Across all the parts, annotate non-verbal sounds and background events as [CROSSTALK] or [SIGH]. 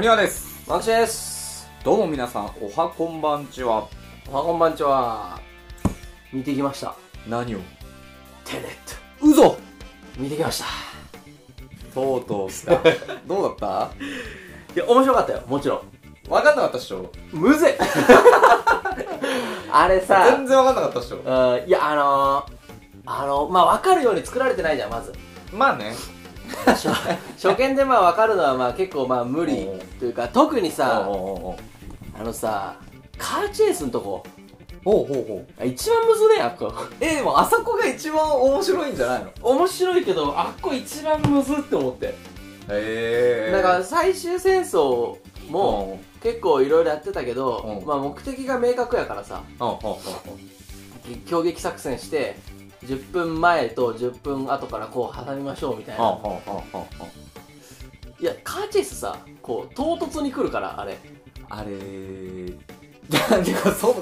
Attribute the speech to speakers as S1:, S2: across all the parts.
S1: にわです
S2: マクシです
S1: どうも皆さんおはこんばんちは
S2: おはこんばんちは見てきました
S1: 何を
S2: テネッ
S1: うぞ
S2: ト見てきました
S1: とうとうした [LAUGHS] どうだっ
S2: いや面白かったよもちろん
S1: た分かんなかったっしょ
S2: む [LAUGHS] ずいあれさ
S1: 全然分かんなかったっしょ
S2: うんいやあのーあのまあ分かるように作られてないじゃんまず
S1: まあね
S2: [LAUGHS] 初初見でまあ分かるのはまあ結構まあ無理
S1: おう
S2: というか特に
S1: おう
S2: さ
S1: おう
S2: あのさカーチェイスのとこ
S1: おうおうほうほう
S2: あ一番むずねえあっこ
S1: えでもあそこが一番面白いんじゃないの
S2: 面白いけどあっこ一番むずって思って
S1: へえ
S2: だから最終戦争も結構いろいろやってたけど、
S1: うん
S2: まあ、目的が明確やからさ
S1: うんうんうんうん
S2: 攻撃作戦して10分前と10分後からこう挟みましょうみたいな
S1: うんうんうんうん
S2: いやカーチェイスさこう唐突に来るから [LAUGHS] あれ
S1: あれーてかそう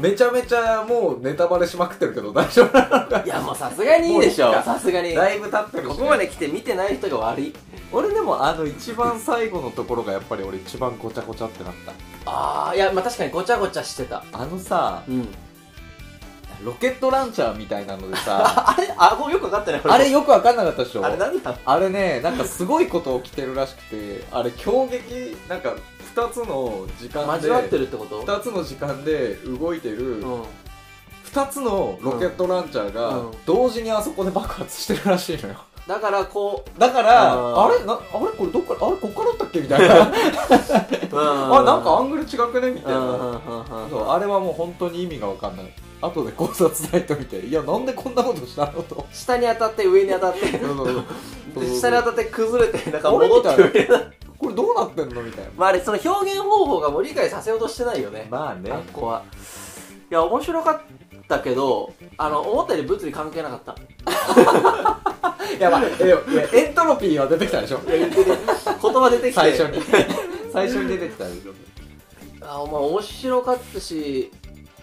S1: めちゃめちゃもうネタバレしまくってるけど大丈夫なのか
S2: いやもうさすがにいいでしょ
S1: もういいか
S2: さすがに
S1: だいぶ経ってるしね
S2: ここまで来て見てない人が悪い
S1: 俺でもあの一番最後のところがやっぱり俺一番ごちゃごちゃってなっ
S2: ああいやまあ確かにごちゃごちゃしてた
S1: たあのさ
S2: うん
S1: ロケットランチャーみたいなのでさ
S2: [LAUGHS] あれあもうよく分かったねこ
S1: あれよくわかんなかったでしょ
S2: あれ何だ
S1: あれねなんかすごいこと起きてるらしくてあれ強撃なんか2つの時間
S2: 交わって
S1: で
S2: るってこと
S1: 2つの時間で動いてる
S2: うん
S1: 2つのロケットランチャー
S2: う
S1: が
S2: ん
S1: 同時にあそこで爆発してるらしいのよ
S2: だからこう
S1: だから、あ
S2: あー
S1: れな、あれこれどっから、あれこっからだったっけみたいな。 [LAUGHS] あ、
S2: あ
S1: なんかアングル違くねみたいな。
S2: う
S1: そう、あれはもう本当に意味がわかんない。後で考察サイト見て、いや、なんでこんなことしたのと。
S2: ん、下に当たって上に当たっ
S1: そ
S2: て
S1: うそうそう
S2: で下に当たって崩れてなんか
S1: 俺
S2: 戻
S1: みい
S2: ったて
S1: な
S2: くれる
S1: これどうなってんのみたいな。
S2: [LAUGHS] まああれその表現方法がもう理解させようとしてないよね
S1: まあね
S2: あっこはいや面白かったけどあの思ったより物理関係なかった
S1: いや、まあ、えいやエントロピーは出てきたでしょ
S2: 言葉出てきて
S1: [LAUGHS] 最初に。 [LAUGHS] 最初に出てきたでしょ
S2: あお前面白かったし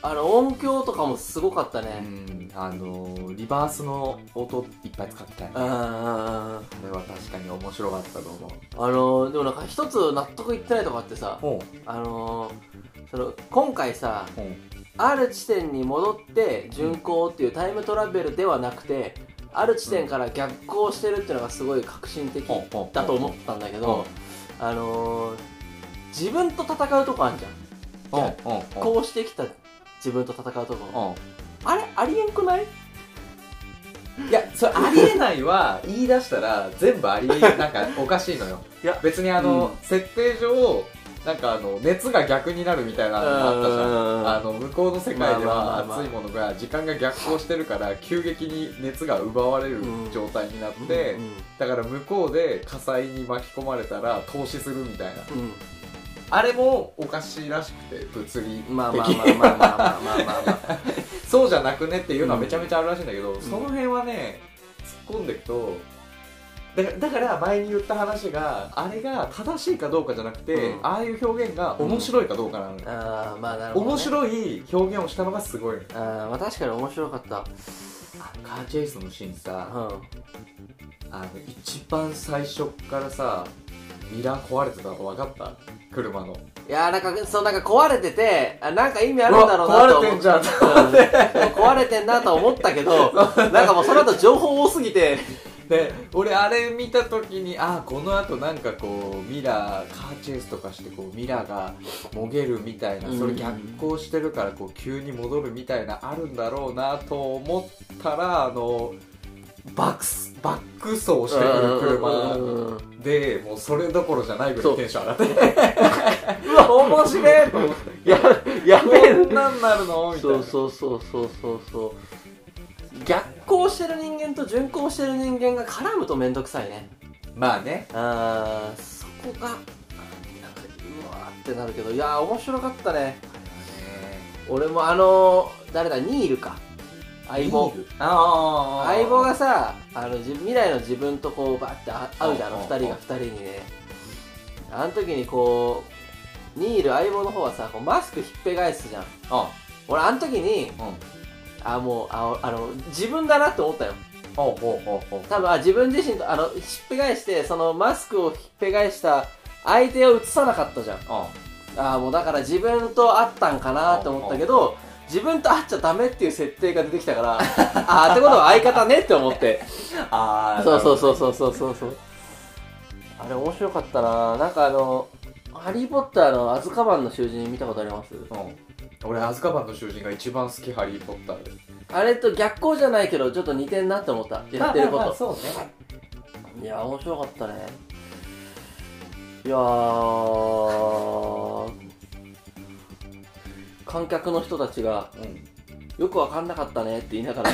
S2: あの音響とかもすごかった
S1: う
S2: ね
S1: ん、あのー、リバースの音いっぱい使ってたよね
S2: うんあ
S1: あれは確かに面白かったと思う。
S2: のでもなんか一つ納得いってないとこあってさ
S1: ほ
S2: あのその今回さ
S1: うほう
S2: ある地点に戻って巡航っていうタイムトラベルではなくてある地点から逆行してるっていうのがすごい革新的
S1: ほうほう
S2: だと思ったんだけど、あのー、自分と戦うとこあるじゃん
S1: ほうほうほう
S2: こうしてきた自分と戦うとこ
S1: うん
S2: あれありえんくない
S1: いや、それありえないは言い出したら全部あ
S2: [LAUGHS]
S1: りえなんかおかしいのよ。
S2: いや
S1: 別にあの、
S2: うん
S1: 設定上、なんかあの、熱が逆になるみたいなのもあったじゃん。あの、向こうの世界で
S2: ま
S1: は
S2: あまあまあまあ
S1: 熱いものが時間が逆行してるから急激に熱が奪われる状態になって、
S2: うん
S1: だから向こうで火災に巻き込まれたら投資するみたいな。
S2: うん
S1: あれもおかしいらしくて、物理的
S2: う
S1: に。
S2: んまあまあまあまあまあまあまあまあ
S1: そうじゃなくねっていうのはめちゃめちゃあるらしいんだけど、その辺はね突っ込んでいくとだからだから前に言った話があれが正しいかどうかじゃなくて、
S2: うん
S1: ああいう表現が面白いかどうかなのよ、
S2: [LAUGHS] あーまあなるほど、ね、
S1: 面白い表現をしたのがすごいのよ
S2: あーまあ確かに面白かった
S1: カーチェイスのシーン
S2: う
S1: さ
S2: ん
S1: あの一番最初からさミラー壊れてたの分かった車の
S2: いやーなんか、そうなんか壊れてて、あなんか意味あるんだろうなと
S1: うわ壊れてんじゃん
S2: うん壊れてんなとは思ったけど、なんかもうその後情報多すぎて、
S1: で俺あれ見た時にあーこのあとんかこうミラーカーチェイスとかしてこうミラーがもげるみたいな
S2: うん
S1: それ逆行してるからこう急に戻るみたいなあるんだろうなと思ったらあのバックスバック走してくる
S2: うん
S1: 車でもうそれどころじゃないぐらいテンション上がって [LAUGHS]
S2: うわ、面
S1: 白いと思って
S2: や、やべえ
S1: こんなんなるのみたい
S2: そ
S1: な
S2: うそうそうそうそうそう。逆行してる人間と順行してる人間が絡むとめんどくさいね。
S1: まあね
S2: あー、そこが、なんか、うわーってなるけど、いやー面白かったね。俺もあのー、誰だ、ニールか。相棒。
S1: あー
S2: 相棒がさあのじ未来の自分とこうバッてあ会うじゃんあの
S1: うん
S2: 二人が二人にねあの時にこうニール相棒の方はさこうマスクひっぺ返すじゃん
S1: あ
S2: 俺あの時に
S1: うんうん
S2: あもうああの自分だなって思ったよ
S1: ほうほうほうほう
S2: 多分あ自分自身とあのひっぺ返してそのマスクをひっぺ返した相手を映さなかったじゃん
S1: あ
S2: ああもうだから自分と会ったんかなって思った [LAUGHS] けど自分と会っちゃダメっていう設定が出てきたから [LAUGHS] ああってことは相方ねって思って [LAUGHS]
S1: あー
S2: そうそうそうそうそうそうそうあれ面白かったななんかあの「ハリー・ポッター」の「アズカバンの囚人」見たことあります
S1: うん俺アズカバンの囚人が一番好きハリー・ポッターで
S2: あれと逆光じゃないけどちょっと似てんなって思ったやってるこ
S1: まあまあまあ
S2: と
S1: そうね
S2: いや面白かったねいやー観客の人たちが
S1: うん
S2: よくわかんなかったねって言い
S1: [LAUGHS]
S2: ながら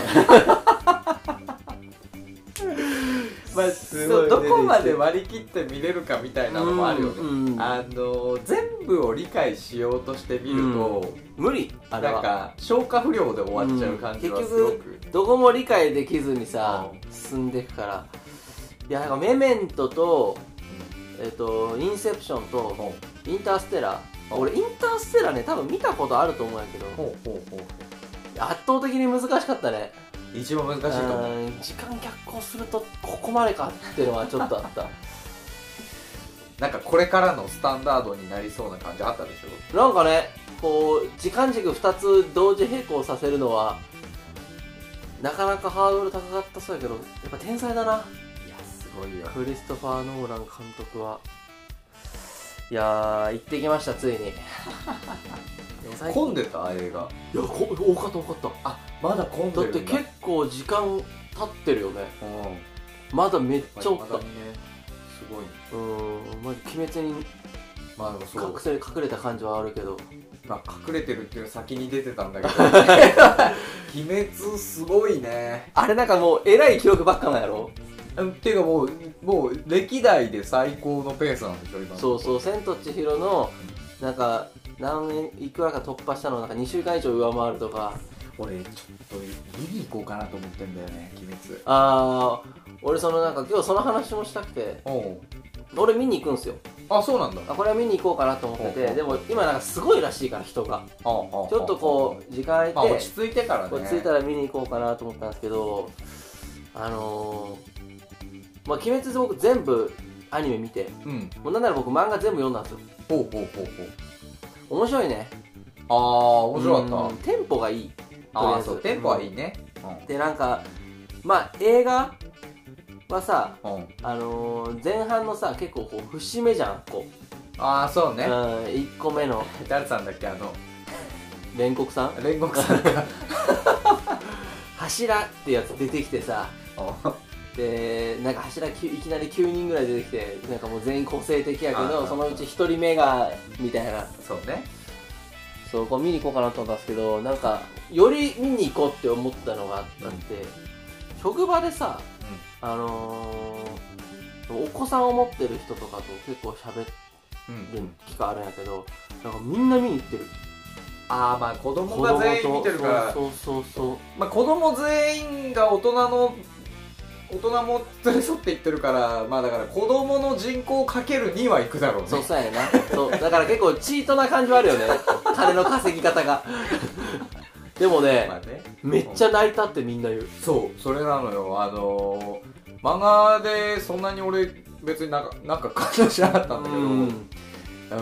S1: まあ
S2: すごい
S1: そうど
S2: 出てきて
S1: こまで割り切って見れるかみたいなのもあるよね
S2: うんうん
S1: あの全部を理解しようとしてみると、
S2: 無理あれ
S1: なん
S2: は
S1: か消化不良で終わっちゃう感じはすご
S2: うん
S1: く、
S2: どこも理解できずにさ
S1: う
S2: 進んでいくからいやなんかメメントとえっ、とインセプションと
S1: ほ
S2: インターステラー
S1: うん
S2: 俺インターステラーね多分見たことあると思うんやけど
S1: うほうほうほ
S2: 圧倒的に難しかったね
S1: う一番難しいと思う
S2: うん時間逆行するとここまでかっていうのはちょっとあった [LAUGHS]
S1: なんかこれからのスタンダードになりそうな感じあったでしょ
S2: なんかねこう時間軸2つ同時並行させるのはなかなかハードル高かったそうやけどやっぱ天才だない
S1: やすごいよ
S2: クリストファー・ノーラン監督はいやー行ってきましたついに [LAUGHS] でも最近
S1: 混んでた映画
S2: いやこ多かった多かった
S1: あまだ混ん
S2: だっ
S1: だ
S2: て結構時間経ってるよね
S1: 構
S2: まだめっ
S1: うん
S2: ちゃおっ
S1: ま
S2: た
S1: だにねすごいね
S2: うんまじ鬼滅に
S1: まあでもそう
S2: 隠せ隠れた感じはあるけど
S1: まあ、隠れてるっていうの先に出てたんだけ [LAUGHS] ど鬼滅すごいね
S2: あれなんかもう偉い記録ばっかなんやろ
S1: うんっていうかもうもう歴代で最高のペースなんでしょ今の
S2: そうそう「千と千尋」のなんか何円いくらか突破したのをなんか2週間以上上回るとか
S1: 俺ちょっと見に行こうかなと思ってんだよね鬼滅
S2: あー俺そのなんか今日その話もしたくて
S1: おう
S2: 俺見に行くんすよ
S1: あそうなんだ
S2: あこれは見に行こうかなと思って
S1: ほ
S2: て
S1: う
S2: でも今なんかすごいらしいから人が
S1: ああああ
S2: ちょっとこう時間
S1: まあ
S2: 空い
S1: 落
S2: て
S1: ち着いてからね
S2: 落ち着いたら見に行こうかなと思ったんですけどあのー、まあ鬼滅僕全部アニメ見て
S1: うん
S2: もうなんなら僕漫画全部読んだんですよ
S1: ほうほうほうほう
S2: 面白いね
S1: ああ面白か
S2: うん
S1: っ
S2: テンポがいい
S1: た
S2: とり
S1: あ
S2: あえ
S1: あ
S2: ず
S1: そうテンポはいいね
S2: でなんかまあ映画はさ
S1: うん、うん、
S2: あのー、前半のさ結構こう節目じゃんこう、
S1: ああそう
S2: うん、
S1: ね、
S2: 1個目の
S1: 誰さんだっけあの
S2: 煉獄さん
S1: 煉獄さんが
S2: 柱ってやつ出てきてさ
S1: [LAUGHS] あ
S2: でなんか柱きゅいきなり9人ぐらい出てきてなんかもう全員個性的やけ
S1: あ
S2: ど
S1: あ
S2: そのうち1人目がみたいな
S1: そうね
S2: そうこう見に行こうかなと思ったんですけどなんかより見に行こうって思ったのがあって、職場でさあのー、お子さんを持ってる人とかと結構喋
S1: うん、う
S2: る
S1: ん、
S2: 機会あるんやけどなんかみんな見に行ってる
S1: ああまあ子供が全員見てるから
S2: そうそうそう
S1: まあ子供全員が大人の大人も連れ添っていってるからまあだから子供の人口かける2は行くだろうね
S2: そうそうそうやねんなそうだから結構チートな感じはあるよ
S1: [LAUGHS]
S2: ね金の稼ぎ方がでもね
S1: まあね
S2: めっちゃ泣いたってみんな言う
S1: そうそれなのよあのー、漫画でそんなに俺別になんかなんか感動しなかったんだけど、
S2: うん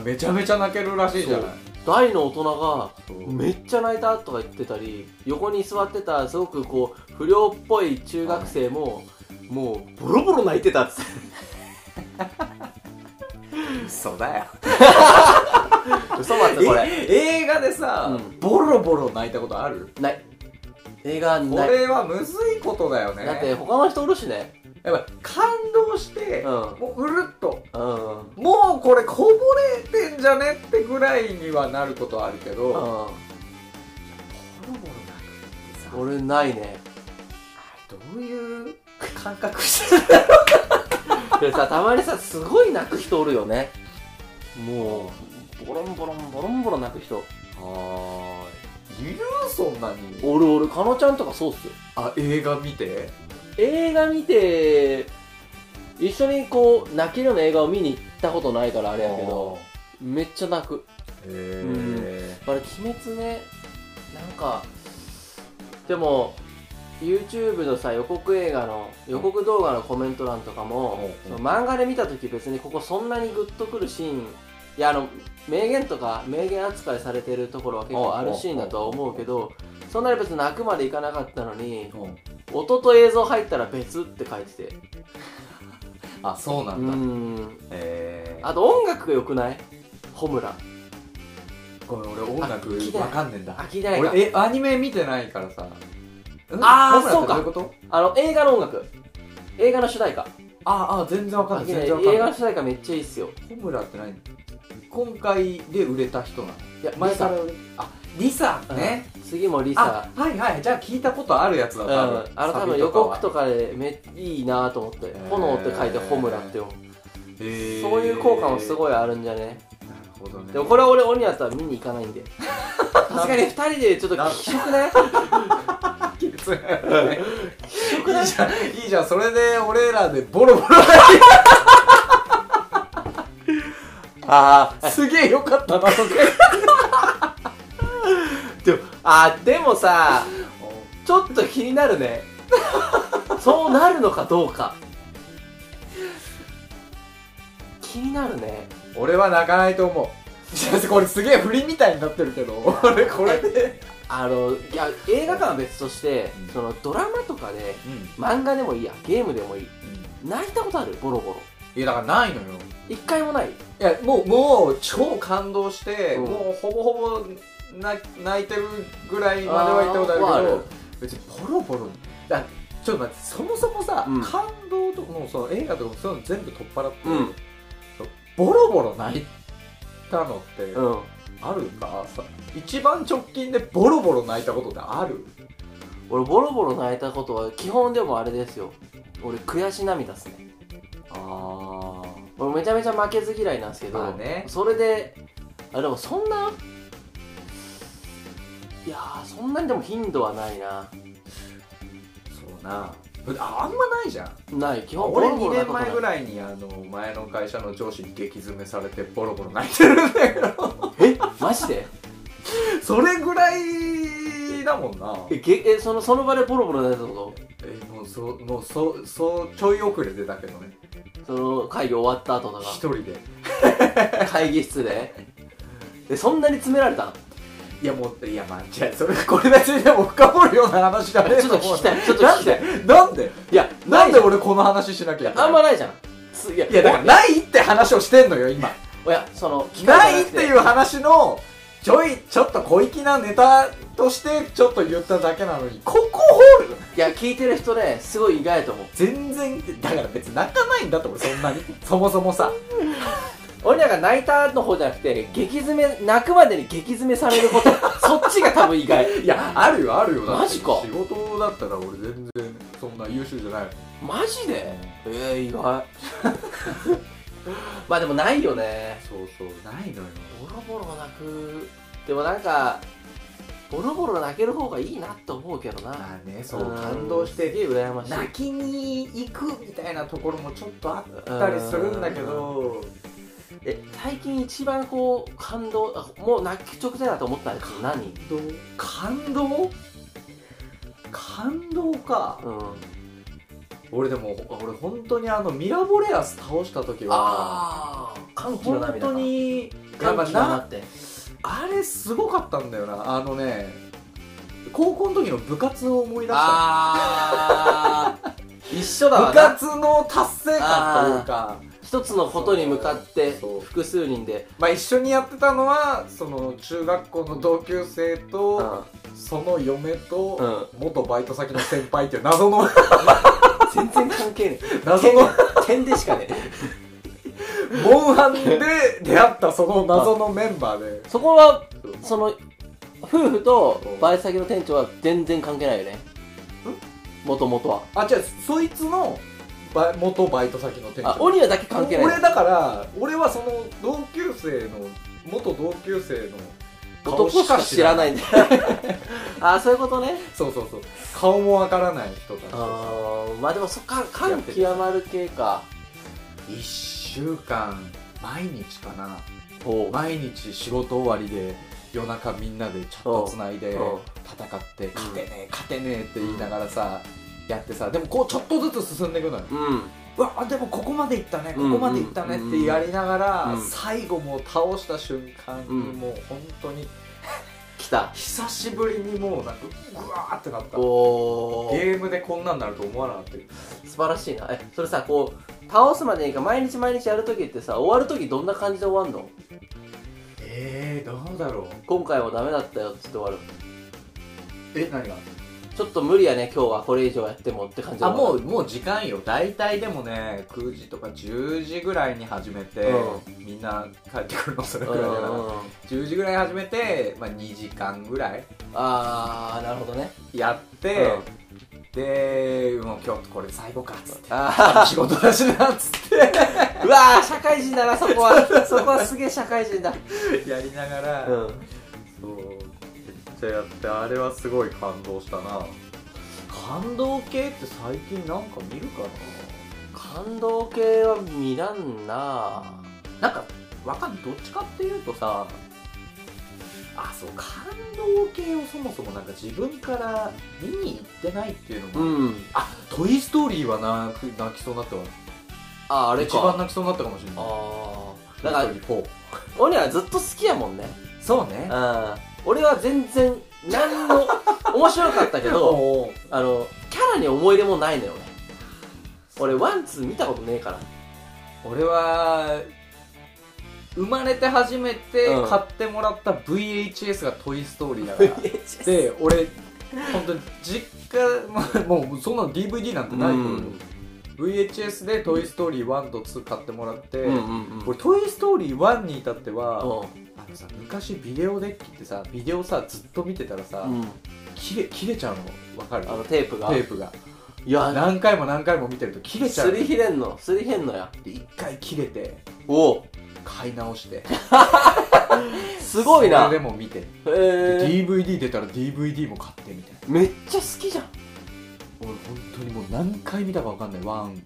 S1: めちゃめちゃ泣けるらしいじゃない
S2: 大の大人が
S1: そう
S2: めっちゃ泣いたとか言ってたり横に座ってたすごくこう不良っぽい中学生ももうボロボロ泣いてた
S1: [LAUGHS]
S2: っつって
S1: 嘘だよ
S2: 嘘待ってこれ
S1: え映画でさ、
S2: うん
S1: ボロボロ泣いたことある
S2: ない映画に
S1: こ
S2: ない
S1: れはむずいことだよね
S2: だって他の人おるしね
S1: やっぱ感動して、
S2: うん
S1: もううるっと
S2: うんうん
S1: もうこれこぼれてんじゃねってぐらいにはなることはあるけど、ボロボロ泣くってさ
S2: 俺ないね
S1: どういう感覚
S2: [LAUGHS]
S1: してる
S2: でさたまにさすごい泣く人おるよねもうボロンボロンボロンボロン泣く人
S1: あいるそんなに
S2: おるおるかのちゃんとかそうっすよ
S1: あ映画見て
S2: 映画見て一緒にこう泣けるような映画を見に行ったことないからあれやけどめっちゃ泣く
S1: へえ
S2: あれ鬼滅ねなんかでも YouTube のさ予告映画の予告動画のコメント欄とかも、
S1: うん
S2: その漫画で見た時別にここそんなにグッとくるシーンいやあの名言とか名言扱いされてるところは結構あるシーンだとは思うけどそんなに別に泣くまでいかなかったのに
S1: うん
S2: 音と映像入ったら別って書いてて
S1: あそうな
S2: うん
S1: だ、
S2: ん
S1: えー、
S2: あと音楽が良くないホムラ
S1: ごめん俺音
S2: あ聞い
S1: 楽
S2: てない
S1: わかんねえんだ
S2: 飽きないが
S1: 俺えアニメ見てないからさんホムラ
S2: あー
S1: って
S2: そう
S1: ど
S2: か
S1: ういうこと
S2: あの映画の音楽映画の主題歌
S1: あーあー全然わかんな
S2: 飽
S1: い
S2: き
S1: 全
S2: ない
S1: 然わかん
S2: 映画
S1: な
S2: の
S1: い
S2: 主題歌めっちゃいいっすよ
S1: ホムラって何今回で売れた人なの
S2: いや
S1: 前
S2: リ
S1: か
S2: サ
S1: らあリサね、
S2: うん次もリサ
S1: あはいはいじゃあ聞いたことあるやつだ
S2: う
S1: 多
S2: ん、
S1: 分、
S2: あの多分予告とかでめっいいなと思って
S1: ー
S2: 「炎」って書いて「ホムラ」って読む、
S1: そう
S2: そういう効果もす
S1: い
S2: ごいあるんじゃね、
S1: なるほどね
S2: でもこれは俺鬼やったら見に行かないん
S1: [LAUGHS]
S2: でさすがに2人でちょっと
S1: なん
S2: きしくない
S1: きついよねいいじゃん [LAUGHS] いいじゃんそれで俺らでボロボロだよ [LAUGHS] ああすげえよかったなそれ
S2: でもあでもさちょっと気になるねそうなるのかどうか気になるね
S1: [LAUGHS] 俺は泣かないと思う [LAUGHS] これすげえ振りみたいになってるけど [LAUGHS] 俺これで
S2: あのいや映画館は別として、
S1: うん
S2: そのドラマとかで
S1: うん、
S2: 漫画でもいいやゲームでもいい泣いたことあるボロボロ
S1: いやだからないのよ
S2: 一回もない
S1: いやもうもう超感動して、
S2: うん
S1: もうほぼほぼな泣いてるぐらいまでは言ったことあるけ
S2: あー
S1: ど別にボロボロだちょっと待ってそもそもさ、
S2: うん
S1: 感動ともうその映画とかもそういうの全部取っ払って、
S2: うん
S1: ボロボロ泣いたのって
S2: うん
S1: あるか、さ一番直近でボロボロ泣いたことってある
S2: 俺ボロボロ泣いたことは基本でもあれですよ俺悔し涙っすね
S1: あ
S2: 俺めちゃめちゃ負けず嫌いなんですけど、
S1: まあね
S2: それであでもそんないやーそんなにでも頻度はないな
S1: そうなああんまないじゃん
S2: ない基本
S1: 俺2年前ぐらいにあの前の会社の上司に激詰めされてボロボロ泣いてるんだけど
S2: いえマジで
S1: それぐらいだもんな
S2: えげえそのその場でボロボロ泣いたってこ
S1: えもうそうもうそうそうちょい遅れてだけどね
S2: とその会議終わった後と
S1: 一人で
S2: か会議室でえそんなに詰められたの
S1: いやもういやまあじゃあそれこれだけでも深掘るような話じゃねえ
S2: ちょっと聞きたいちょっと聞きたい
S1: いなんで
S2: いや
S1: なんで
S2: ない
S1: 俺この話しなきゃいけ
S2: じゃん
S1: ない
S2: あんまないじゃんすいや
S1: いやだからないって話をしてんのよ今
S2: おいやその機会
S1: ないっ
S2: じゃく
S1: ていう話のちょいちょっと小粋なネタとしてちょっと言っただけなのにここ掘る
S2: いや聞いてる人ねすごい意外やと思う
S1: 全然だから別に泣かないんだって俺そんなにそもそもさ
S2: 俺らが泣いたの方じゃなくて激詰め泣くまでに激詰めされる [LAUGHS] ことそっちが多分意外
S1: いやあるよあるよだって
S2: マジか
S1: 仕事だったら俺全然そんな優秀じゃない
S2: マジでえー、意 [LAUGHS] 外まあでもないよね
S1: そうそうないのよ
S2: ボロボロ泣くでもなんかボロボロ泣ける方がいいなと思うけどな
S1: まあねそう
S2: うん
S1: 感動し
S2: す
S1: て
S2: げえ羨ましい
S1: 泣きに行くみたいなところもちょっとあったりするんだけど
S2: え最近一番こう感動あもう泣き直前だと思ったやつ何
S1: 感動感動か
S2: うん
S1: 俺でも俺本当にあのミラボレアス倒した時は
S2: ああ歓喜の
S1: 本
S2: 涙か
S1: 当にやっ
S2: 歓
S1: ぱ
S2: 喜の
S1: な
S2: って
S1: あれすごかったんだよなあのね高校の時の部活を思い出した
S2: ああ一緒だわ
S1: 部
S2: な
S1: 活の達成感というか
S2: 一つのことに向かって
S1: そう
S2: 複数人で
S1: まあ一緒にやってたのはその中学校の同級生
S2: う
S1: と
S2: ん
S1: その嫁
S2: う
S1: と
S2: ん
S1: 元バイト先の先輩っていう謎
S2: [LAUGHS]
S1: の
S2: 全然関係 [LAUGHS] ねえ
S1: 謎の
S2: 点でしかねえ
S1: モンハンで出会ったその謎のメンバーで
S2: そこは
S1: そう
S2: その夫婦とバイト先の店長は全然関係ないよねもともとは
S1: あ違うそいつのバイ元バイト先の店長
S2: あ鬼はだけ関係ない
S1: 俺だから俺はその同級生の元同級生の顔
S2: 男しか知らないんだ [LAUGHS] ああそういうことね
S1: そうそうそう顔もわからない人たち
S2: あーまあでもそっか感極まる系か
S1: 1週間毎日かな
S2: おう
S1: 毎日仕事終わりで夜中みんなでチャットつないで
S2: うんうん
S1: タ戦って勝てねえ勝てねえって言いながらさやってさでもこうちょっとずつ進んでいくのよ
S2: うん
S1: うわでもここまでいったねここまでいったねってやりながら
S2: うん
S1: 最後もう倒した瞬間に
S2: うん
S1: もう本当に
S2: 来た
S1: 久しぶりにもうなんかうわーってなった
S2: おー
S1: ゲームでこんなんなると思わなかったよ
S2: 素晴らしいなえそれさこう倒すまでにか毎日毎日やるときってさ終わるときどんな感じで終わんの
S1: えー、どうだろう
S2: 今回もダメだったよっつって終わる
S1: え何が
S2: ちょっと無理やね今日はこれ以上やってもって感じで
S1: あ
S2: 終わ
S1: も
S2: る
S1: うもう時間よ大体でもね9時とか10時ぐらいに始めて、
S2: う
S1: みんな帰ってくるのそれぐらいだから、
S2: うん
S1: 10時ぐらいに始めて、まあ、2時間ぐらい
S2: あーなるほど [LAUGHS] ね
S1: やって、でもう今日これ最後かっつって
S2: あ
S1: 仕事だしなっつっ
S2: ーうわー社会人だなそこはそこはすげえ社会人だ [LAUGHS]
S1: てやりながら、
S2: うん
S1: そうめっちゃやってあれはすごい感動したな感動系って最近なんか見るかな
S2: 感動系は見らんな
S1: なんかわかんないどっちかっていうとさあそう感動系をそもそもなんか自分から見に行ってないっていうのも、
S2: ん
S1: あトイ・ストーリーは泣く泣きそうになったわ
S2: あーあれ
S1: 一番
S2: か
S1: 泣きそうになったかもしれない
S2: ああだから
S1: トイストーリー4
S2: 俺はずっと好きやもんね
S1: そうね
S2: うん俺は全然何の [LAUGHS] 面白かったけど
S1: お
S2: あのキャラに思い入れもないのよね俺ワンツー見たことねえから [LAUGHS]
S1: 俺は生まれて初めて
S2: うん
S1: 買ってもらった VHS が「トイ・ストーリー」だから [LAUGHS] で俺本当に実家、まあ、もうそんなの DVD なんてないけど、
S2: うん、
S1: VHS で「トイ・ストーリー1」と「2」買ってもらって、
S2: うんうんうん
S1: 俺「トイ・ストーリー1」に至っては、
S2: う
S1: あのさ昔ビデオデッキってさビデオさずっと見てたらさ、
S2: ん、
S1: 切れ切れちゃうの分かる
S2: あのテープ
S1: テ
S2: が
S1: ープが
S2: いや
S1: 何回も何回も見てると切れちゃ
S2: す
S1: う
S2: りひれんのすりひれんのや
S1: で一回切れて
S2: おお
S1: 買い直して
S2: すごい
S1: そ
S2: なへ
S1: れでも見て
S2: え
S1: DVD 出たら DVD も買ってみたいな
S2: めっちゃ好きじゃん
S1: 俺本当にもう何回見たか分かんないワン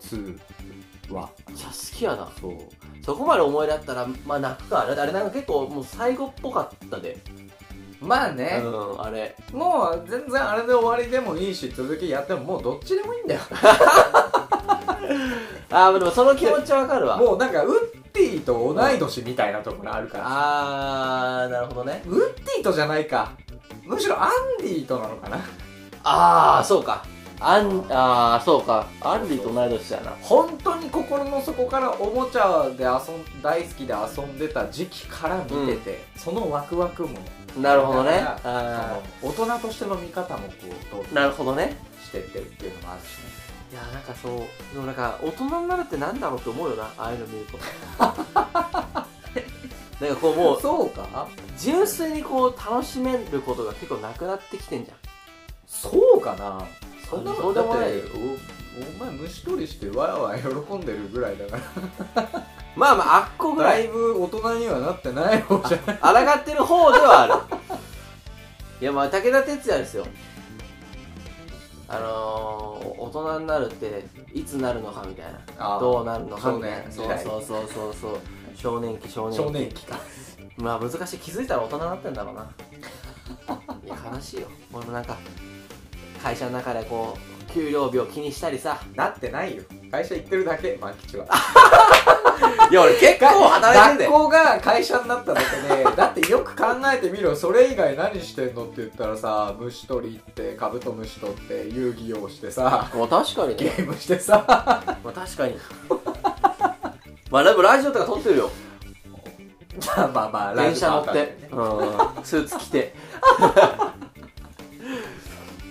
S1: ツーは
S2: めっちゃ好きやな
S1: そう
S2: そこまで思い出だったらまあ泣くかあれあれなんか結構もう最後っぽかったで
S1: まあ
S2: う
S1: ね、
S2: んあれ
S1: もう全然あれで終わりでもいいし続きやってももうどっちでもいいんだよ
S2: あーでもその気持ちわかる
S1: [LAUGHS]
S2: わ
S1: もうなんかウッディと同い年みたいなところあるから、
S2: あーなるほどね
S1: ウッディとじゃないかむしろアンディとなのかな
S2: ああそうかアンああそうかアンディと同い年やな
S1: 本当に心の底からおもちゃで遊ん大好きで遊んでた時期から見てて、そのワクワクも
S2: なるほどね
S1: だから
S2: あ
S1: その大人としての見方もこうどう
S2: ーなるほどね
S1: してってるっていうのもあるしね
S2: いやなんかそうでもなんか大人になるってなんだろうって思うよなああいうの見ると [LAUGHS] なんかこうもう
S1: そうか
S2: 純粋にこう楽しめることが結構なくなってきてんじゃん
S1: そうかなそんな
S2: そ
S1: こ
S2: うで
S1: と
S2: も
S1: だっ
S2: ない
S1: ておお前虫取りしてわーわー喜んでるぐらいだ
S2: [LAUGHS]
S1: から
S2: まあまああっこぐら
S1: だ
S2: い
S1: いぶ大人にはなってない方じゃない
S2: 抗ってる方ではあるいやまあ武田鉄矢ですよあのー、大人になるっていつなるのかみたいな
S1: あー
S2: どうなるのかみたいなそ
S1: 少
S2: う
S1: 年
S2: そうそうそうそう少年期少年期
S1: 少年期か
S2: まあ難しい気づいたら大人になってんだろうないや悲しいよ俺もなんか会社の中でこう給料日を気にしたりさ
S1: なってないよ会社行ってるだけ万吉はい
S2: や俺結構働いてんだ
S1: 学
S2: よ
S1: 校が会社になっただけでだってよく考えてみろそれ以外何してんのって言ったらさ虫取り行ってカブトムシ取って遊戯王してさ
S2: まあ確かに
S1: ゲ
S2: ね
S1: ームしてさ
S2: まあ確かにまあでもラジオとか撮ってるよ
S1: まあまあまあ
S2: [LAUGHS] 電車乗って、うん、スーツ着て [LAUGHS]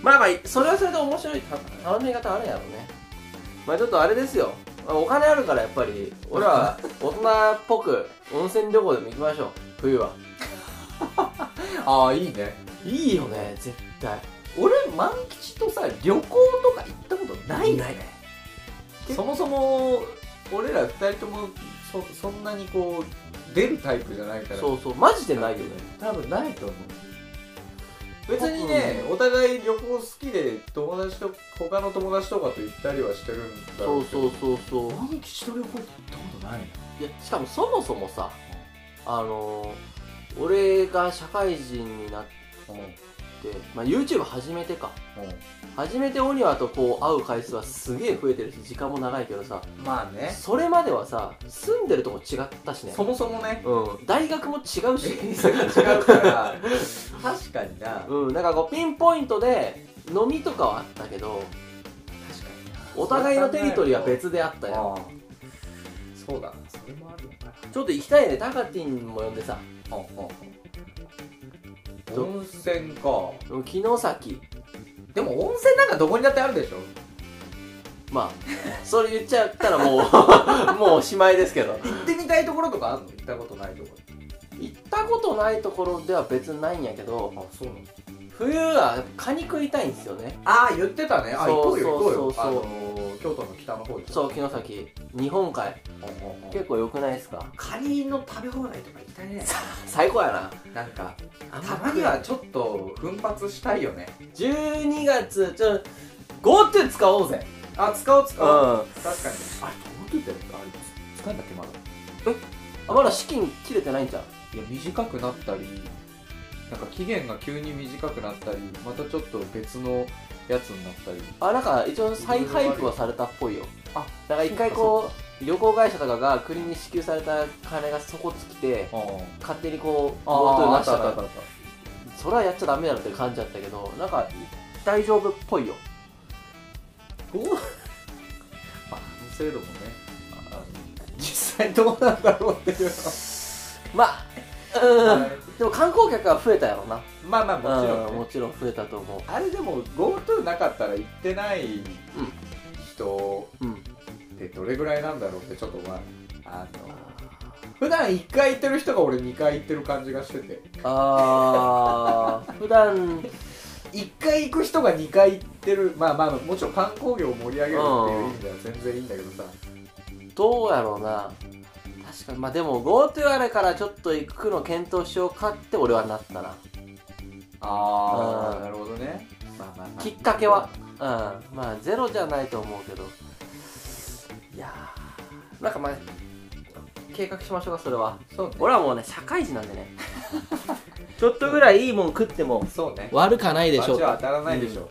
S2: まあまあそれはそれで面白いた楽しみ方あるやろうねまあちょっとあれですよまあお金あるからやっぱり俺 [LAUGHS] は大人っぽく温泉旅行でも行きましょう冬は
S1: [LAUGHS] ああいいね
S2: いいよね絶対
S1: 俺万吉とさ旅行とか行ったことないよねそもそも俺ら二人ともそそんなにこう出るタイプじゃないから
S2: そうそうマジでないよね
S1: 多分ないと思う別にね、お互い旅行好きで友達と他の友達とかと行ったりはしてるんだろ
S2: そうう
S1: けど
S2: そうそうそう
S1: 万吉と旅行行ったことない
S2: いやしかもそもそもさあのー、俺が社会人になっ
S1: の
S2: って、まあ、YouTube 始めてか
S1: う
S2: 初めてオニワとこう会う回数はすげえ増えてるし時間も長いけどさ
S1: んまあね
S2: それまではさ住んでるとこ違ったしね
S1: そもそも [LAUGHS] ね
S2: うん大学も違うし
S1: 違う [LAUGHS] から確かにな確か
S2: うんなんかこうピンポイントで飲みとかはあったけど
S1: にな
S2: お互いのテリトリーは別であったよ
S1: ああそうだなそれもあるのかな
S2: ちょっと行きたいねタカティンも呼んでさ
S1: ああ温泉か
S2: うん城崎
S1: でも温泉なんかどこにだってあるでしょ
S2: まあそれ言っちゃったらもう [LAUGHS] もうおしまいですけど
S1: 行ってみたいところとかあるの行ったことないとこ
S2: 行ったことないところでは別にないんやけど
S1: ろあそうなの
S2: 冬はカニ食いたいんですよね
S1: ああ言ってたねあ行こうよ行こう
S2: そ
S1: よ
S2: うそう
S1: あ
S2: そう
S1: のー京都の北の方に
S2: そう城崎日本海
S1: うんうんうん
S2: 結構良くないですか
S1: カニの食べ放題とか行きたいね
S2: 最高や
S1: [LAUGHS]
S2: な
S1: なんか
S2: あん
S1: た
S2: ま
S1: まにはちょっと奮発したいよね
S2: 12月ちょ GoTo 使おうぜ
S1: あ使おう
S2: うん
S1: 使おう
S2: あ
S1: 確かにあれどうやってやるあれ使うんだっけまだ
S2: まだ資金切れてないんじゃん
S1: いや短くなったりなんか期限が急に短くなったりまたちょっと別のやつになったり
S2: あなんか一応再配布はされたっぽいよ
S1: あ
S2: だから一回こう旅行会社とかが国に支給された金がそこ尽きて
S1: あ
S2: 勝手にこう
S1: ああ
S2: GoTo
S1: あっ
S2: 出した
S1: たあ
S2: か
S1: った
S2: ら
S1: あっ
S2: それはやっちゃダメだろって感じだったけどなんか大丈夫っぽいよ
S1: たどう [LAUGHS] あの制度もねあの実際どうなんだろうっていう
S2: まあ [LAUGHS] うん、
S1: はい
S2: でも観光客は増えたやろな
S1: まあまあもちろんね、
S2: うんもちろん増えたと思
S1: あれでも GoTo なかったら行ってない人
S2: ううん
S1: ってどれぐらいなんだろうってちょっとまああの普段1回行ってる人が俺2回行ってる感じがしてて
S2: あー普段うん
S1: 1回行く人が2回行ってるまあまあもちろん観光業を盛り上げるっていう意味では全然いいんだけどさ
S2: どうやろうな確かにまあでも GoTo あれからちょっと行くの検討しようかって俺はなったな
S1: あ
S2: う
S1: ー
S2: ん
S1: なるほどねまあまあまあ
S2: きっかけはうんまあゼロじゃないと思うけどいやーなんかまあ計画しましょうかそれは
S1: そうね
S2: 俺はもうね社会人なんで [LAUGHS] ねちょっとぐらいいいもん食っても
S1: そうね
S2: 悪かないでしょ
S1: 罰は当たらないでしょ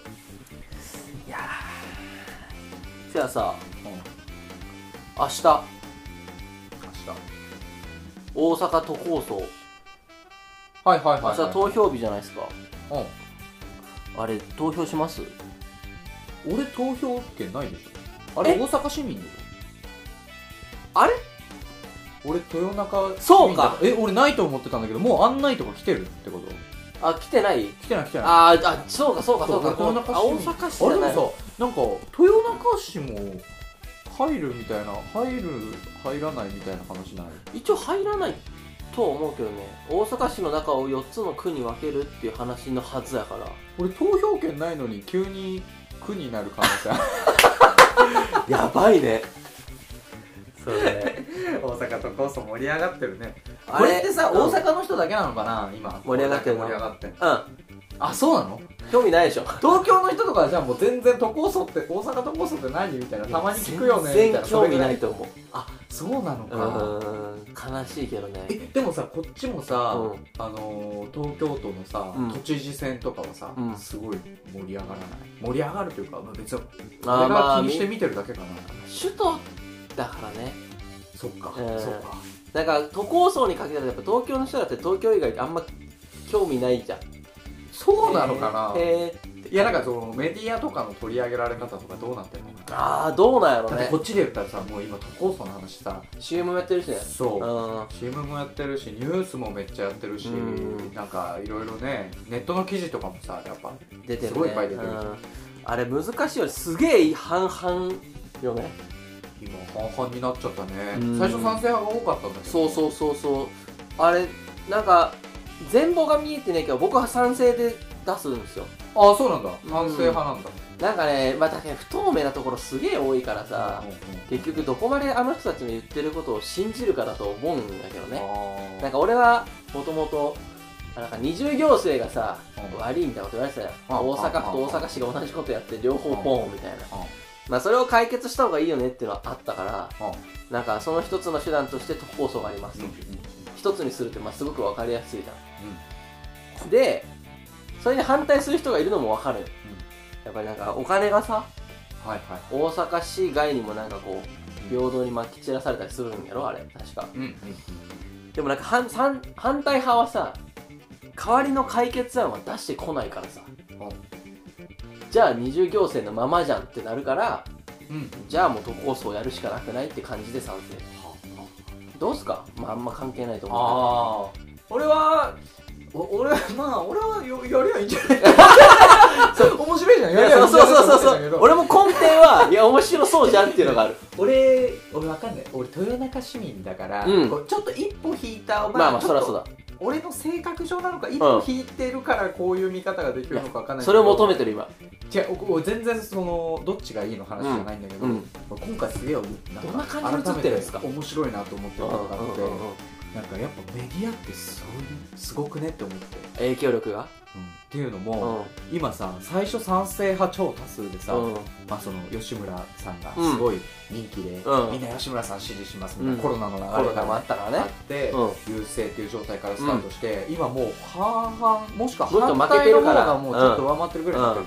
S2: いやーじゃあさ
S1: うん明
S2: 明日
S1: 日
S2: 大阪都構想
S1: はいはい
S2: 明
S1: はい
S2: 日投票日じゃないですか、
S1: はい
S2: あれ投票します
S1: うん俺投票権ないでしょあ
S2: え
S1: れ大阪市民でしょ
S2: あれ
S1: 俺豊中
S2: そうか
S1: え俺ないと思ってたんだけどもう案内とか来てるってこと
S2: あ来てない
S1: 来てない来てない
S2: あーあそうかそうかそうか
S1: そう
S2: あ大阪市じ
S1: あ
S2: ゃ
S1: れで
S2: な
S1: も
S2: い
S1: さなんか豊中市も入るみたいな入る入らないみたいな話ない
S2: 一応入らないとは思うけどね大阪市の中を4つの区に分けるっていう話のはずやから
S1: 俺投票権ないのに急に区になる可能性あ
S2: [LAUGHS] やばいね [LAUGHS] そうね
S1: る大阪とこそ盛り上がってるね
S2: あ
S1: これってさ、
S2: うん
S1: 大阪の人だけなのかな今
S2: 盛り上がってるの
S1: 盛り上がってんの
S2: う
S1: あそうなの
S2: ん興味ないでしょ
S1: [LAUGHS] 東京の人とかはじゃあもう全然都構想って大阪都構想って何みたいなたまに聞くよねみたい
S2: 全
S1: な
S2: 然興味ないと思う
S1: あそうなの
S2: う
S1: か、
S2: ーん悲しいけどね
S1: えでもさこっちもさ、
S2: うん
S1: あのー東京都のさ、
S2: うん
S1: 都知事選とかはさ、
S2: うん
S1: すごい盛り上がらない盛り上がるというか、まあ、別に
S2: あー
S1: 俺
S2: ま
S1: が
S2: あ
S1: 気にして
S2: み
S1: 見てるだけかな、
S2: 首都だからね
S1: そっか、
S2: うん
S1: そっか
S2: なんか都構想にかけたらやっぱ東京の人だって東京以外あんま興味ないじゃん
S1: そうなのかな、
S2: へーへー
S1: いやなんかそのメディアとかの取り上げられ方とかどうなってるのかな
S2: ああどうなんやろ
S1: だ
S2: う
S1: って
S2: ね
S1: こっちで言ったらさもう今都構想の話さ
S2: CM もやってるしね
S1: そうう、
S2: ん
S1: CM もやってるしニュースもめっちゃやってるし、
S2: うん
S1: なんかいろいろねネットの記事とかもさやっぱ
S2: 出てるね
S1: すごいいっぱい出てる
S2: うんあれ難しいよねすげえ半々よね
S1: 今半々になっちゃったね、
S2: うん
S1: 最初賛成派が多かったんだけど
S2: そうそうそうそうあれなんか全貌が見えてないけど僕は賛成で出すんですよ
S1: ああそうなんだ反省派なんだ、
S2: なんかねまあだけど不透明なところすげえ多いからさ
S1: うんうん
S2: 結局どこまであの人たちの言ってることを信じるかだと思うんだけどね
S1: あー
S2: なんか俺はもともとなんか二重行政がさ、
S1: うん
S2: 悪いみたいなこと言われてたよ、
S1: うん
S2: 大阪府と
S1: うん
S2: 大阪市が同じことやって両方ポーンみたいな、
S1: うん
S2: まあ、それを解決した方がいいよねっていうのはあったから
S1: うん
S2: なんかその一つの手段として都構想があります、
S1: うん
S2: 一つにするってまあすごく分かりやすいじゃんでそれに反対する人がいるのもわかるよ、やっぱりなんかお金がさ
S1: はいは
S2: 大阪市外にもなんかこう平等にまき散らされたりするんやろあれ確か
S1: いうんうん
S2: でもなんか反反反対派はさ代わりの解決案は出してこないからさ
S1: あ
S2: じゃあ二重行政のままじゃんってなるから
S1: うん
S2: じゃあもう都構想やるしかなくないって感じで賛成どうすかまああんま関係ないと思う
S1: ああ俺はお俺はまあ俺はよやりゃいいんじゃ [LAUGHS] ない面白いじゃん
S2: い
S1: やり
S2: や
S1: ゃいい
S2: そ
S1: ん
S2: う
S1: じゃない
S2: そうそ
S1: と思っ
S2: うそ
S1: てたけ
S2: う
S1: ど
S2: 俺も根底はいや面白そうじゃんっていうのがある
S1: 俺俺わかんない俺豊中市民だから、
S2: うん
S1: こうちょっと一歩引いた
S2: まあまあ
S1: ちょ
S2: そり
S1: っ
S2: ゃ
S1: と
S2: そうだ
S1: 俺の性格上なのか一歩引いてるからこういう見方ができるのかわかんない
S2: それを求
S1: め
S2: めてる今
S1: 違うおお全然そのどっちがいいの話じゃないんだけど、
S2: うんうん
S1: 今回すげえなん
S2: どんな感じに映ってるんですか
S1: 改めて面白いなと思ってることがあって、
S2: うんうんうん
S1: なんかやっぱメディアってすごいすごくねって思って、
S2: 影響力が
S1: っていうの
S2: う
S1: も、
S2: ん
S1: 今さ最初賛成派超多数でさ、
S2: うん
S1: まあ、その吉村さんが
S2: うん
S1: すごい人気で、
S2: うん
S1: みんな吉村さん支持しますみたいな、
S2: うん
S1: コロナの流れ
S2: コロナ
S1: が
S2: もあ
S1: あ
S2: ったからね
S1: って、
S2: う
S1: 優勢っていう状態からスタートして、今もう半々もしくは
S2: もっ
S1: 反
S2: と負け
S1: 対
S2: て
S1: の
S2: る
S1: 方
S2: から
S1: がもうちょっと上回ってるぐらいになってる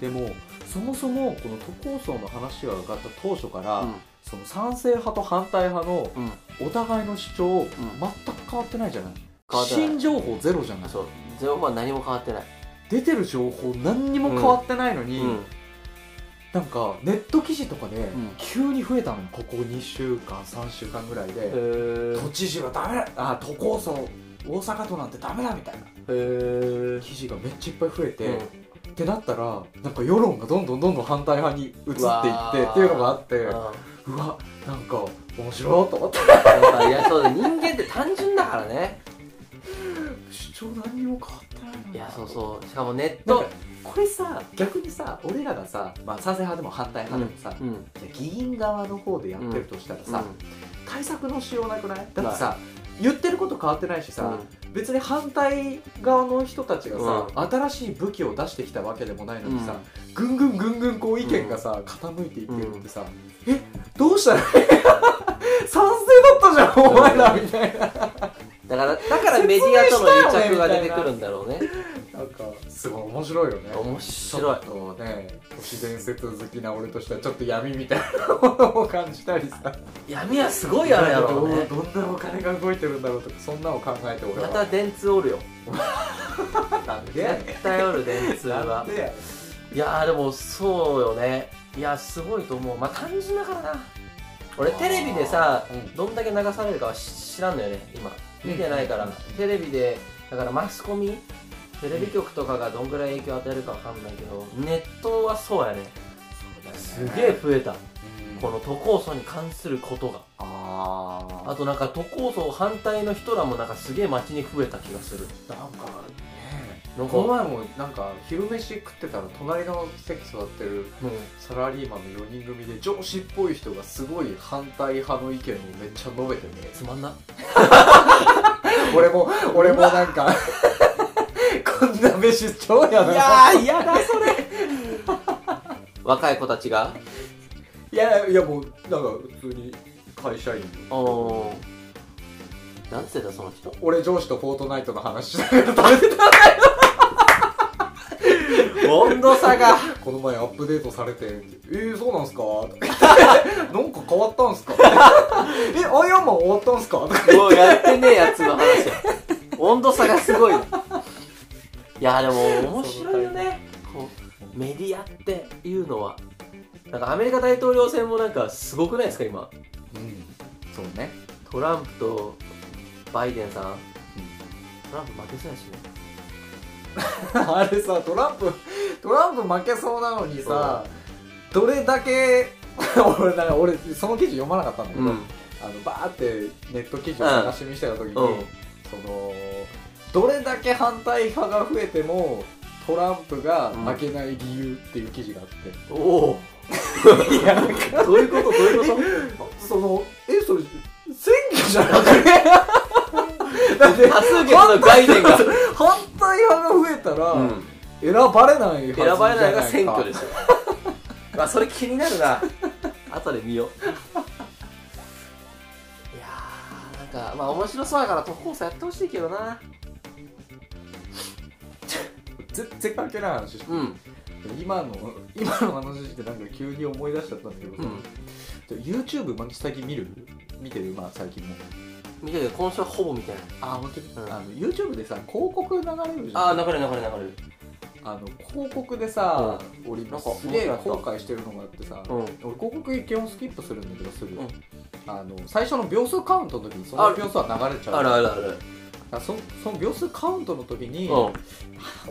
S1: じゃん、でもそもそもこの都構想の話が上がった当初から、その賛成派と反対派の
S2: うんうん
S1: お互いの主張全く変わってないじゃない
S2: 変わってない
S1: 新情報ゼロじゃない
S2: そうゼロは何も変わってない
S1: 出てる情報何にも変わってないのに、
S2: うん
S1: なんかネット記事とかで
S2: ん
S1: 急に増えたのよここ2週間3週間ぐらいで、
S2: へ
S1: 都知事はダメだあ都構想大阪都なんてダメだみたいな
S2: え
S1: 記事がめっちゃいっぱい増えて、ってなったらなんか世論がどんどんどんどん反対派に移っていって
S2: うわー
S1: っていうのがあって
S2: うん
S1: うわなんか面白いと思って
S2: いやそうだ人間って単純だからね
S1: 主張何にも変わってないの
S2: いやそうそうしかもネッ
S1: なん
S2: ト
S1: かこれさ逆にさ俺らがさ、まあ、賛成派でも反対派でもさ、
S2: うんうん
S1: じゃあ議員側の方でやってるとしたらさ、対策のしようなくないだってさ、言ってること変わってないしさ、別に反対側の人たちがさ、新しい武器を出してきたわけでもないのにさ、ぐんぐんぐんぐんこう意見がさ、傾いていってるってさ、えどうした [LAUGHS] らいい賛成だったじゃんお前らみたいな
S2: だからだからメディアとの癒着が出てくるんだろうね
S1: なんかすごい面白いよね
S2: 面白い
S1: ちょっとね都市伝説好きな俺としてはちょっと闇みたいなものを感じたりさ
S2: 闇はすごいあるやろうね
S1: どんなお金が動いてるんだろうとかそんなの考えて俺
S2: ま
S1: は
S2: た電通おるよ
S1: [LAUGHS] なんでやねん
S2: 絶対おる電通
S1: な
S2: は
S1: んでや
S2: いやーでもそうよねいやすごいと思うまあ単純だからな俺テレビでさ
S1: うん
S2: どんだけ流されるかは知知らんのよね今見てないから、
S1: うん
S2: テレビでだからマスコミテレビ局とかがどんぐらい影響与えるかわかんないけどネットはそうやねすげえ増えたこの都構想に関することが
S1: あ
S2: あ
S1: あ
S2: となんか都構想反対の人らもなんかすげえ街に増えた気がする
S1: なんかね
S2: なんか
S1: この前もなんか昼飯食ってたら隣の席座ってる
S2: うん
S1: サラリーマンの4人組で上司っぽい人がすごい反対派の意見をめっちゃ述べてね
S2: [LAUGHS] つまんな
S1: 俺も俺もなんか [LAUGHS] こんな飯超やない
S2: ー嫌だそれ若い子たちが
S1: いやいやもうなんか普通に会社員
S2: おーなんつってたその [LAUGHS] 人
S1: 俺上司とフォートナイトの話しながら食べてた
S2: 温度差が
S1: この前アップデートされて「えー、そうなんすか?」 [LAUGHS] とか言って「なんか変わったんすか? 」えアイアンマン終わったんすか?」とか
S2: もうやってねえやつの話や温度差がすごいいやでも面白いよねこうメディアっていうのはなんかアメリカ大統領選もなんかすごくないですか今
S1: うんそうね
S2: トランプとバイデンさんトランプ負けそうやしね
S1: [LAUGHS] あれさトランプトランプ負けそうなのにさ、どれだけ [LAUGHS] 俺なんか俺その記事読まなかったんだけど、
S2: うん
S1: あのバーってネット記事を探し見してた時に、
S2: うん
S1: そのどれだけ反対派が増えてもトランプが負けない理由っていう記事があって、
S2: おお
S1: [LAUGHS] いやなんか
S2: どういうことどういうこと
S1: そのえそれ選挙じゃなくね
S2: [LAUGHS]
S1: だって
S2: 多数決のバイデ
S1: [LAUGHS]
S2: ンが、
S1: 反対派が増えたら、
S2: うん、
S1: 選ばれないはずじゃないか
S2: 選ばれないのが選挙ですよ [LAUGHS] まあそれ気になるな後で見よういやーなんかまあ面白そうやから都構想やってほしいけどな
S1: 全然関係ない話して
S2: う、ん
S1: 今の今の話してなんか急に思い出しちゃったんですけど
S2: う
S1: さ、
S2: ん
S1: で YouTube 毎日最近見る見てるまあ最近も
S2: 見てて今週はほぼ見てない
S1: あ本当に、
S2: うん
S1: あの YouTube でさ広告流れるじゃん
S2: ああ流れ流れ流れる
S1: あの広告でさ、俺
S2: なんか
S1: すげえ
S2: 面白かった
S1: 後悔してるのがあってさ、
S2: うん
S1: 俺広告基本スキップするんだけどすぐ、
S2: うん
S1: あの最初の秒数カウントの時にその秒数は流れちゃう
S2: あるあるある
S1: あそその秒数カウントの時に、
S2: うん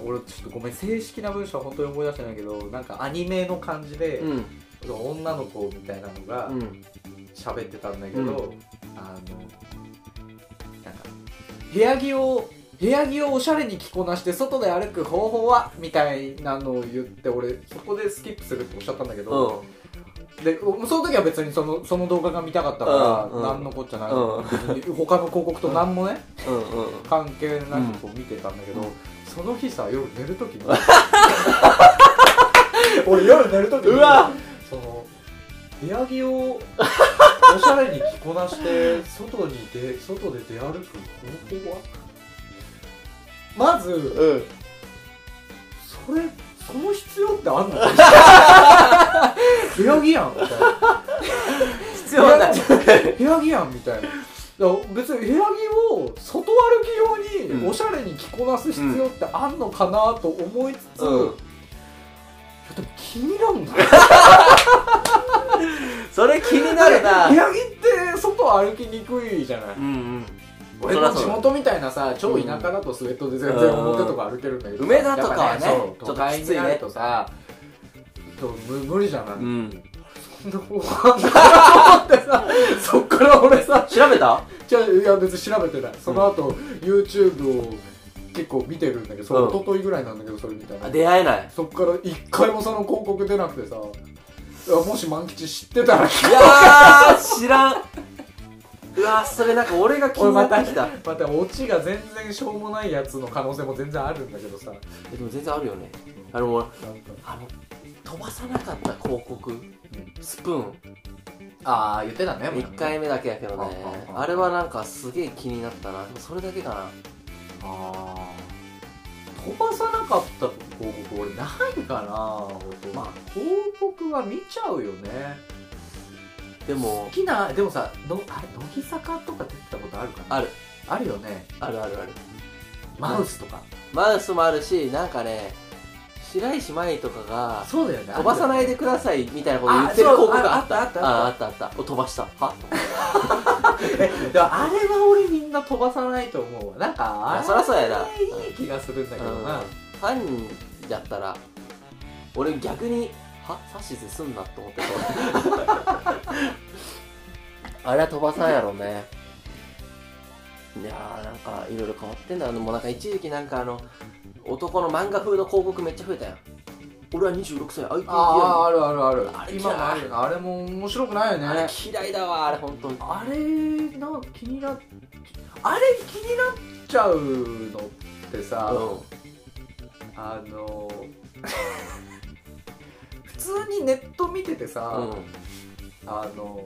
S1: 俺ちょっとごめん正式な文章は本当に思い出してないけどなんかアニメの感じで、
S2: うん
S1: 女の子みたいなのが
S2: うん
S1: 喋ってたんだけど、
S2: う
S1: あのなんか部屋着を部屋着をおしゃれに着こなして外で歩く方法はみたいなのを言って俺そこでスキップするっておっしゃったんだけ
S2: う
S1: ど、でおその時は別にそのその動画が見たかったか
S2: うん
S1: ら何のこっちゃない、
S2: うん
S1: 別に他の広告と何もね、
S2: んうん
S1: 関係なくこう見てたんだけど、
S2: うん
S1: その日さ夜寝る時に [LAUGHS] 俺夜寝る時に
S2: うわ
S1: その部屋着をおしゃれに着こな [LAUGHS] して外に出外で出歩く方法はまず
S2: うん
S1: それその必要ってあ [LAUGHS] んの部屋着やんみたいな
S2: 必要ない
S1: 部屋着やんみたいな。だから別に部屋着を外歩き用
S2: うん
S1: におしゃれに着こなす必要ってあんのかなと思いつつ、い
S2: う
S1: やで
S2: ん
S1: も気になるんだ
S2: それ気になる
S1: [LAUGHS]
S2: な
S1: 部屋着って外歩きにくいじゃない、
S2: うん
S1: 俺
S2: そら
S1: の
S2: そう
S1: 地
S2: だ
S1: 元みたいなさ超田舎だとスウェットで全然表とか歩けるんだけど、
S2: うん梅田とかはね
S1: やっぱ
S2: ちょっと
S1: そう都会になるとさとむ無理じゃない、 [LAUGHS]
S2: うん
S1: そんな方法あんのかなと思ってさそっから俺さ
S2: 調べた
S1: じゃあいや別に調べてないその後、YouTube を結構見てるんだけどそれ
S2: うん
S1: 一昨日ぐらいなんだけどそれ見た
S2: あ
S1: ら
S2: 出会えない
S1: そっから一回もその広告出なくてさいやもし万吉知ってたら
S2: いやー知らんうわーそれなんか俺が気になってきた
S1: またオチが全然しょうもないやつの可能性も全然あるんだけどさなんか
S2: えでも全然あるよねあの俺あの飛ばさなかった広告スプーン
S1: ああ言ってたね
S2: 1回目だけやけどね
S1: あああ
S2: あれはなんかすげえ気になったなでもそれだけかな
S1: あー飛ばさなかった広告俺ないかなまあ広告は見ちゃうよね
S2: でも
S1: 好きなでもさのあれ乃木坂とか出てたことあるかな
S2: ある
S1: あるよね
S2: あるあるある
S1: マウスとか
S2: マウスもあるしなんかね白石麻衣とかが
S1: そうだよね
S2: 飛ばさないでくださいみたいなこと言
S1: あ
S2: ってる広告があ
S1: あ
S2: っ
S1: ったた
S2: あ
S1: あ
S2: っ
S1: ったた
S2: あ
S1: あ
S2: ったあったお飛ばしたは
S1: でもあれは俺みんな飛ばさないと思うわなんかあ
S2: いやそらそうやない
S1: い気がするんだけどな
S2: ファンやったら俺逆には指図すんなって思ってたあれは飛ばさんやろねいやーなんかいろいろ変わってんだあのもうなんか一時期なんかあの男の漫画風の広告めっちゃ増えたやん俺は26歳 ITT
S1: ああ
S2: や
S1: あるあるある
S2: あれ
S1: 今もあるよなあれも面白くないよ
S2: んあれ
S1: ね
S2: 嫌いだわあれ本当に
S1: あれな気になっあれ気になっちゃうのってさ、
S2: う
S1: あの [LAUGHS] 普通にネット見ててさ、
S2: ん、うん、
S1: あの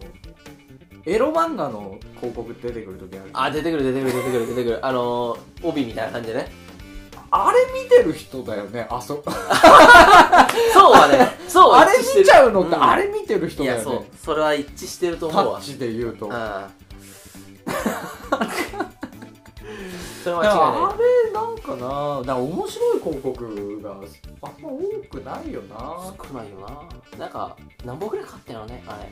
S1: エロ漫画の広告出てくる時ある
S2: あ出てくる出てくる出てくる出てくるあのー、帯みたいな感じでね
S1: あれ見てる人だよねあ
S2: [LAUGHS]
S1: そ
S2: そうはねそう
S1: あ
S2: は
S1: れ
S2: 一致して
S1: 見
S2: る
S1: ちゃうのって、
S2: ん
S1: あれ見てる人
S2: い
S1: だよ
S2: や
S1: ね
S2: そうそれは一致してると
S1: タ
S2: 思うわ
S1: ッチで言うと、
S2: うん
S1: だか
S2: [LAUGHS] それは
S1: ら
S2: 間違いな
S1: あれなんかなだから面白い広告があんま多くないよない
S2: 少ないよななんか何本ぐらい買ってんのねあれ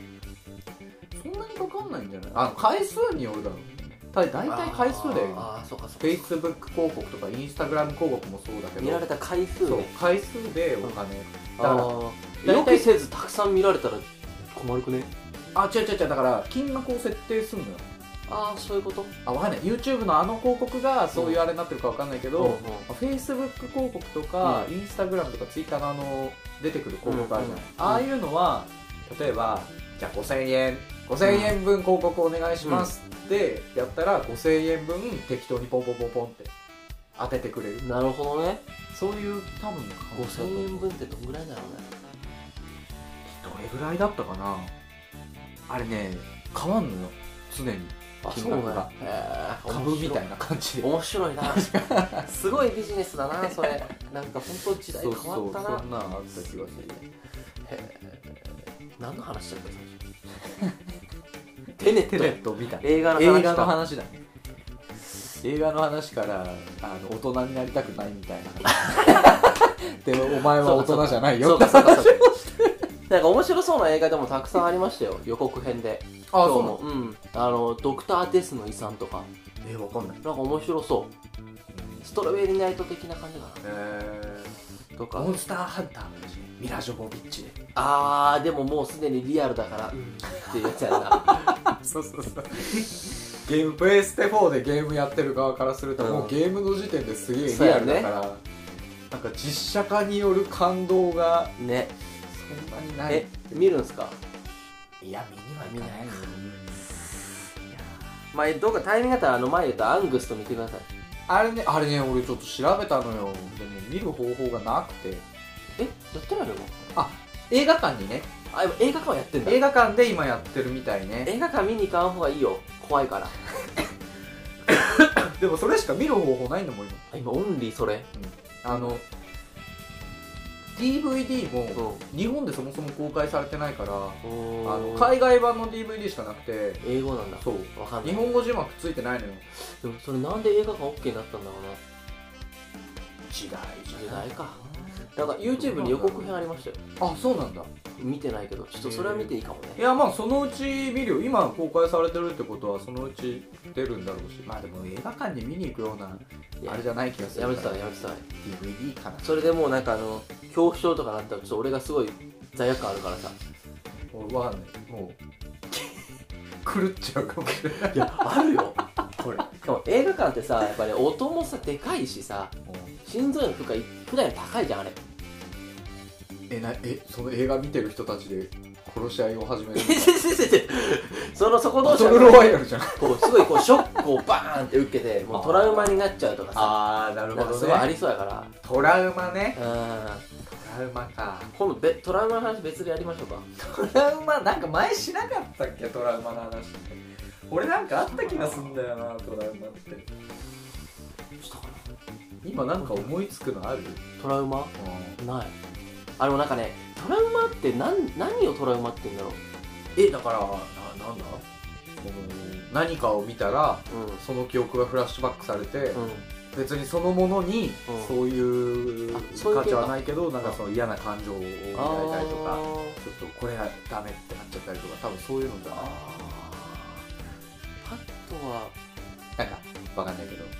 S1: そんなにかかんないんじゃないあ回数によるだろうねただ大体回数だよね
S2: あーあーそうかそうか
S1: Facebook 広告とか Instagram 広告もそうだけど
S2: 見られた回数
S1: そう
S2: ね
S1: 回数でお金、
S2: あ
S1: だから
S2: ー
S1: 大
S2: 予期
S1: 体
S2: せずたくさん見られたら困るくね
S1: あ違う違う違うだから金額を設定するのよ
S2: ああそういうこと
S1: あわかんない YouTube のあの広告がそういうあれになってるかわかんないけど、
S2: うんうん
S1: フェイスブック広告とか、インスタグラムとかツイッターのあの出てくる広告あるじゃない、
S2: うんうん
S1: ああいうのは例えばじゃあ5000円5000円分広告お願いしますってやったら5000円分適当にポンポンポンポンって当ててくれる
S2: なるほどね
S1: そういう多分
S2: 5000円分ってどんぐらいだろうね
S1: どれぐらいだったかなあれね変わんのよ常に
S2: あそう
S1: 金
S2: なん
S1: 額
S2: や
S1: が
S2: へー
S1: 株みたいな感じで
S2: 面白いな [LAUGHS] すごいビジネスだなそれなんか本当時代変わった
S1: そうそう
S2: な
S1: そんなんあった気がする
S2: へー何の話だったっけ最初 [LAUGHS] テ
S1: テネ
S2: ネッ
S1: ットみたい
S2: ト
S1: な
S2: 映画の
S1: 映
S2: 話
S1: 画の
S2: だ
S1: 話だね映画の話からあの大人になりたくないみたいなでお前は大人じゃない
S2: そ
S1: よ
S2: うかそうかそうかなんか面白そうな映画でもたくさんありましたよ予告編で
S1: あ
S2: 今日もうんあのドクター・デスの遺産とか
S1: えわかんない
S2: なんか面白そうストロベリーナイト的な感じか
S1: え
S2: なとか
S1: モンスターハンターミラ・ジョボビッチで
S2: あーでももうすでにリアルだからうんっていうやつやん [LAUGHS] な
S1: そうそうそうゲームプレイステ4でゲームやってる側からすると、
S2: うん
S1: もうゲームの時点ですげえ
S2: そう
S1: リ
S2: や
S1: ア
S2: ね
S1: ルだから、なんか実写化による感動が
S2: ね
S1: そんなにな
S2: え
S1: い
S2: 見るんすか
S1: いや見にはいかない
S2: まあどうかタイミングあったらあの前言ったアングスと見てください
S1: あれねあれね俺ちょっと調べたのよでも見る方法がなくて
S2: えやってないの
S1: 映画館にね
S2: あ今映画館はやってんだ
S1: 映画館で今やってるみたいね
S2: 映画館見に行かん方がいいよ怖いから
S1: でもそれしか見る方法ないんだもん今
S2: あ今オンリーそれ
S1: あの DVD も、
S2: うん
S1: 日本でそもそも公開されてないからあ
S2: あ
S1: の海外版の DVD しかなくて
S2: 英語なんだ
S1: そう
S2: わかんな
S1: 日
S2: い
S1: 本語字幕ついてないのよ
S2: でもそれなんで映画館 OK になったんだろう
S1: 時代
S2: 時代かななんか YouTube に予告編ありましたよ
S1: あそうなんだ
S2: 見てないけどちょっとそれは見ていいかも
S1: い
S2: ね
S1: やまあそのうち見るよ今公開されてるってことはそのうち出るんだろうしまあでも映画館に見に行くようない
S2: や
S1: あれじゃない気がする
S2: や
S1: から
S2: めてたねやめてたね
S1: DVD かな
S2: それでもうなんかあの恐怖症とかなったらちょっと俺がすごい罪悪感あるからさ
S1: 俺わかんないもう狂っちゃうかもしれ [LAUGHS] ない
S2: いやあるよこれしかも映画館ってさやっぱり音もさでかいしさ心臓への負荷普段より高いじゃんあれ
S1: えなえその映画見てる人たちで殺し合いを始め [LAUGHS] る
S2: [LAUGHS] えそのそこ同
S1: バ
S2: 士
S1: ト
S2: が
S1: ルロワイヤルじゃん
S2: こうすごいこうショックをバーンって受けてもうトラウマになっちゃうとかさ
S1: ああなる
S2: なんかすごいありそうやから
S1: トラウマね
S2: うん
S1: トラウマか
S2: 今度べトラウマの話別でやりましょうか
S1: トラウマなんか前しなかったっけトラウマの話って俺なんかあった気がすんだよなトラウマって今なんか思いつくのある
S2: トラウマないあれもなんかねトラウマって何何をトラウマって言うんだろう
S1: えだからななんだその何かを見たら
S2: う
S1: その記憶がフラッシュバックされて、
S2: んうん
S1: 別にそのものに
S2: うん
S1: そういう
S2: あそういう
S1: 価
S2: 系
S1: 値
S2: か
S1: はないけどなんかその嫌な感情を抱いたりと
S2: あ
S1: か
S2: ー
S1: ちょっとこれはダメってなっちゃったりとか多分そういうのだな
S2: あとは
S1: なんかわかんないけどなんか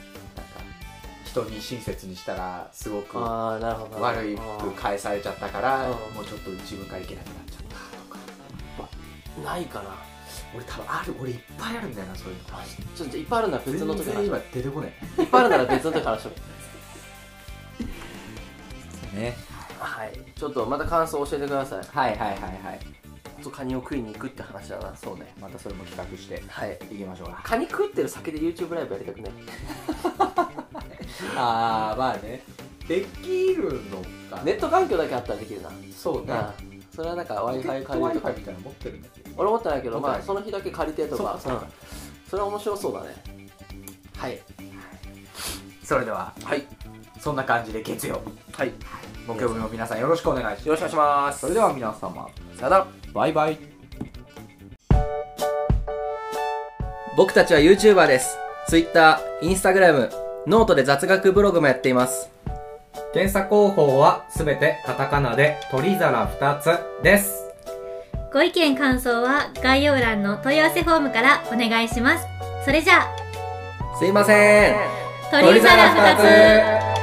S1: 人に親切にしたらすごく
S2: ああなるほど
S1: 悪い
S2: あ
S1: く返されちゃったから
S2: うん
S1: もうちょっと自分からいけなくなっちゃったとか
S2: ーないかな
S1: 俺多分ある俺いっぱいあるんだよなそういうの
S2: ちょっといっぱいあるなら別の時の
S1: 全
S2: 話
S1: 然
S2: いっ
S1: 今出てこない
S2: ぱいあるなら別の時の話しよ
S1: ね
S2: う [LAUGHS] はいちょっとまた感想教えてくださいち
S1: はいはいはいはい
S2: ょっとカニを食いに行くって話だな
S1: そうねまたそれも企画して
S2: はい
S1: いきましょうか
S2: カニ食ってる先で YouTube ライブやりたくね
S1: ああまあねできるのか
S2: ネット環境だけあったらできるな
S1: そうね
S2: あーそれはなんか w i
S1: ポケ
S2: f i
S1: ット
S2: 借りるとか
S1: Wi-Fi みたいなの持ってるね
S2: 俺持ってないけど
S1: 持って
S2: ま
S1: ない
S2: あその日だけ借りてと
S1: そう
S2: か
S1: かそう
S2: う
S1: か
S2: んそれは面白そうだねはい
S1: それでは
S2: はいよ
S1: そんな感じで月曜
S2: はい
S1: 木曜日も皆さんよろしくお願いし
S2: ろ
S1: ま
S2: し
S1: す
S2: くお願いします
S1: それでは皆様
S2: さよなら
S1: バイバイ
S3: 僕たちは YouTuber です。Twitter、Instagram、ノートで雑学ブログもやっています。
S4: 検査方法はすべてカタカナで鳥皿2つです。
S5: ご意見感想は概要欄の問い合わせフォームからお願いします。それじゃあ、
S3: すいません。
S5: 鳥皿
S3: 鳥皿
S5: 2つ